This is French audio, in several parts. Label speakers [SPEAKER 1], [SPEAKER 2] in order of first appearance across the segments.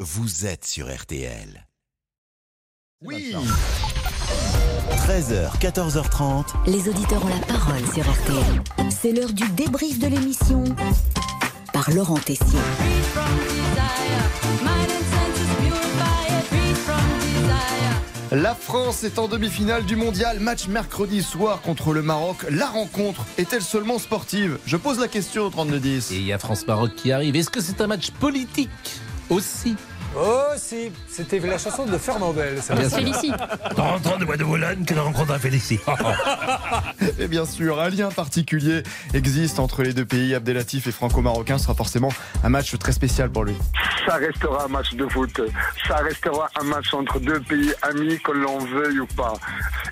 [SPEAKER 1] vous êtes sur RTL. Oui 13h, 14h30.
[SPEAKER 2] Les auditeurs ont la parole sur RTL. C'est l'heure du débrief de l'émission par Laurent Tessier.
[SPEAKER 3] La France est en demi-finale du mondial, match mercredi soir contre le Maroc. La rencontre est-elle seulement sportive Je pose la question au 32-10.
[SPEAKER 4] Et il y a France-Maroc qui arrive. Est-ce que c'est un match politique aussi
[SPEAKER 5] Oh si, c'était la chanson de Fernandel. Ça
[SPEAKER 4] Bien
[SPEAKER 5] va.
[SPEAKER 4] sûr.
[SPEAKER 6] Félicie.
[SPEAKER 7] En rentrant de Bois de Boulogne, que l'on rencontre un Félicie.
[SPEAKER 3] Et bien sûr, un lien particulier existe entre les deux pays. Abdelatif et franco-marocain sera forcément un match très spécial pour lui.
[SPEAKER 8] Ça restera un match de foot. Ça restera un match entre deux pays amis, que l'on veuille ou pas.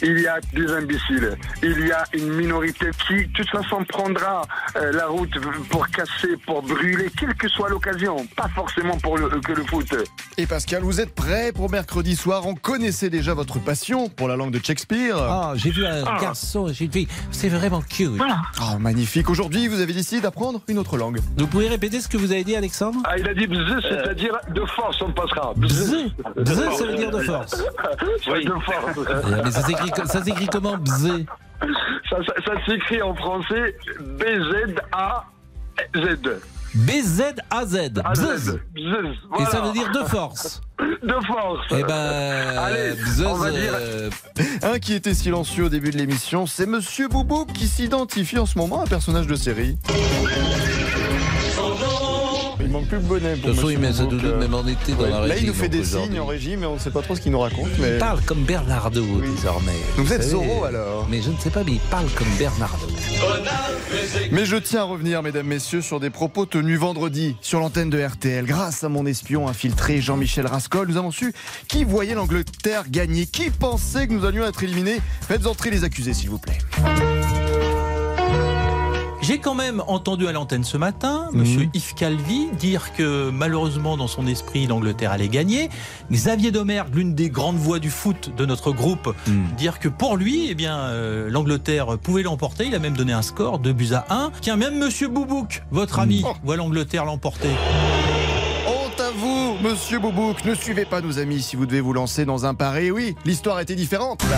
[SPEAKER 8] Il y a des imbéciles. Il y a une minorité qui, de toute façon, prendra euh, la route pour casser, pour brûler, quelle que soit l'occasion. Pas forcément pour le, euh, que le foot.
[SPEAKER 3] Et Pascal, vous êtes prêt pour mercredi soir On connaissait déjà votre passion pour la langue de Shakespeare.
[SPEAKER 4] Ah, j'ai vu un garçon et j'ai une fille. C'est vraiment cute.
[SPEAKER 3] Ah, magnifique. Aujourd'hui, vous avez décidé d'apprendre une autre langue.
[SPEAKER 4] Vous pouvez répéter ce que vous avez dit, Alexandre
[SPEAKER 8] Ah, il a dit
[SPEAKER 4] Euh.
[SPEAKER 8] bzz, c'est-à-dire de force, on passera. Bzz,
[SPEAKER 4] Bzé Bzé, ça veut dire de force.
[SPEAKER 8] de force.
[SPEAKER 4] Euh, Mais ça s'écrit, co- ça s'écrit comment Bzé
[SPEAKER 8] ça ça- ça s'écrit en français B-Z-A-Z.
[SPEAKER 4] B-Z-A-Z. Bzz.
[SPEAKER 8] Z.
[SPEAKER 4] Et
[SPEAKER 8] Bzz, voilà.
[SPEAKER 4] ça veut dire de force.
[SPEAKER 8] de force.
[SPEAKER 4] Eh ben.
[SPEAKER 8] Allez,
[SPEAKER 4] bzz,
[SPEAKER 8] on va dire-
[SPEAKER 4] euh,
[SPEAKER 3] Un qui était silencieux au début de l'émission, c'est Monsieur Boubou qui s'identifie en ce moment à un personnage de série. Il manque plus le bonnet.
[SPEAKER 4] de toute façon, il met sa doudoune même en été dans la
[SPEAKER 3] Là, il
[SPEAKER 4] régie,
[SPEAKER 3] nous fait
[SPEAKER 4] donc,
[SPEAKER 3] des
[SPEAKER 4] aujourd'hui.
[SPEAKER 3] signes en régie, mais on ne sait pas trop ce qu'il nous raconte. Mais...
[SPEAKER 4] Il parle comme Bernardo désormais.
[SPEAKER 3] Donc vous êtes
[SPEAKER 4] savez.
[SPEAKER 3] Zorro, alors
[SPEAKER 4] Mais je ne sais pas, mais il parle comme Bernardo.
[SPEAKER 3] Mais je tiens à revenir, mesdames, messieurs, sur des propos tenus vendredi sur l'antenne de RTL. Grâce à mon espion infiltré Jean-Michel Rascol, nous avons su qui voyait l'Angleterre gagner, qui pensait que nous allions être éliminés. Faites entrer les accusés, s'il vous plaît.
[SPEAKER 9] J'ai quand même entendu à l'antenne ce matin
[SPEAKER 4] Mhm.
[SPEAKER 9] Monsieur Yves Calvi dire que malheureusement dans son esprit l'Angleterre allait gagner. Xavier Domergue, l'une des grandes voix du foot de notre groupe,
[SPEAKER 4] Mhm.
[SPEAKER 9] dire que pour lui, eh bien euh, l'Angleterre pouvait l'emporter. Il a même donné un score 2 buts à 1. Tiens, même Monsieur Boubouk, votre
[SPEAKER 4] Mhm.
[SPEAKER 9] ami,
[SPEAKER 3] Oh.
[SPEAKER 9] voit l'Angleterre l'emporter.
[SPEAKER 3] Honte à vous, monsieur Boubouk. Ne suivez pas nos amis si vous devez vous lancer dans un pari. Oui, l'histoire était différente. là.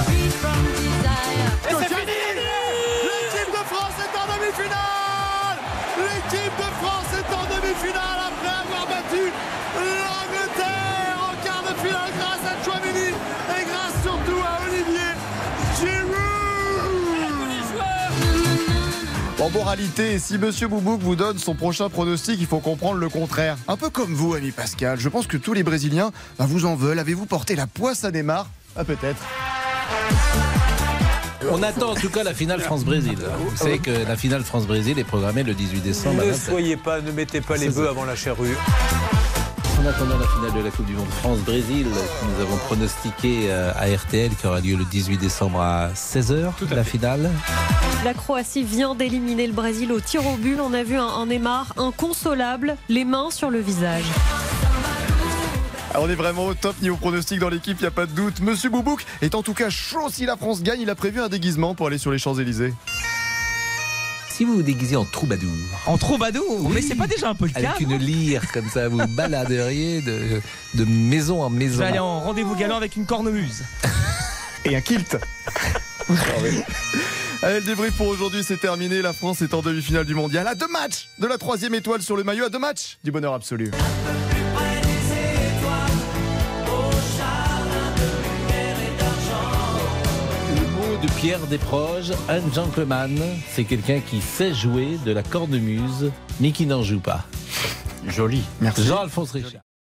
[SPEAKER 3] Et c'est fini L'équipe de France est en demi-finale L'équipe de France est en demi-finale après avoir battu l'Angleterre en quart de finale grâce à Chouamini et grâce surtout à Olivier Giroud en moralité, si Monsieur Boubouk vous donne son prochain pronostic, il faut comprendre le contraire. Un peu comme vous, ami Pascal, je pense que tous les Brésiliens bah, vous en veulent. Avez-vous porté la poisse à Neymar Ah peut-être.
[SPEAKER 4] On attend en tout cas la finale France-Brésil. Vous savez que la finale France-Brésil est programmée le 18 décembre. à
[SPEAKER 5] Ne
[SPEAKER 4] 20.
[SPEAKER 5] soyez pas, ne mettez pas les
[SPEAKER 4] C'est
[SPEAKER 5] bœufs
[SPEAKER 4] Bah, ça.
[SPEAKER 5] avant la charrue.
[SPEAKER 4] En attendant la finale de la Coupe du Monde France-Brésil, que nous avons pronostiqué euh, à RTL qui aura lieu le 18 décembre à 16h, la finale.
[SPEAKER 6] La Croatie vient d'éliminer le Brésil au tir au but. On a vu un, un Neymar inconsolable, les mains sur le visage.
[SPEAKER 3] Alors, Ah, on est vraiment au top niveau pronostic dans l'équipe, il n'y a pas de doute. Monsieur Boubouk est en tout cas chaud si la France gagne. Il a prévu un déguisement pour aller sur les Champs-Élysées.
[SPEAKER 4] Si vous vous déguisez en troubadour,
[SPEAKER 10] En troubadour
[SPEAKER 4] Oui.
[SPEAKER 10] Mais c'est pas déjà un peu le cas
[SPEAKER 4] avec une lyre comme ça, vous baladeriez de, de maison en
[SPEAKER 10] Je
[SPEAKER 4] maison.
[SPEAKER 10] vais aller en rendez-vous galant avec une cornemuse.
[SPEAKER 3] Et un kilt Allez, le débrief pour aujourd'hui, c'est terminé. La France est en demi-finale du mondial. À deux matchs de la troisième étoile sur le maillot, à deux matchs du bonheur absolu.
[SPEAKER 4] Le mot de Pierre Desproges, un gentleman, c'est quelqu'un qui sait jouer de la cornemuse, mais qui n'en joue pas. Joli. Jean-Alphonse Richard.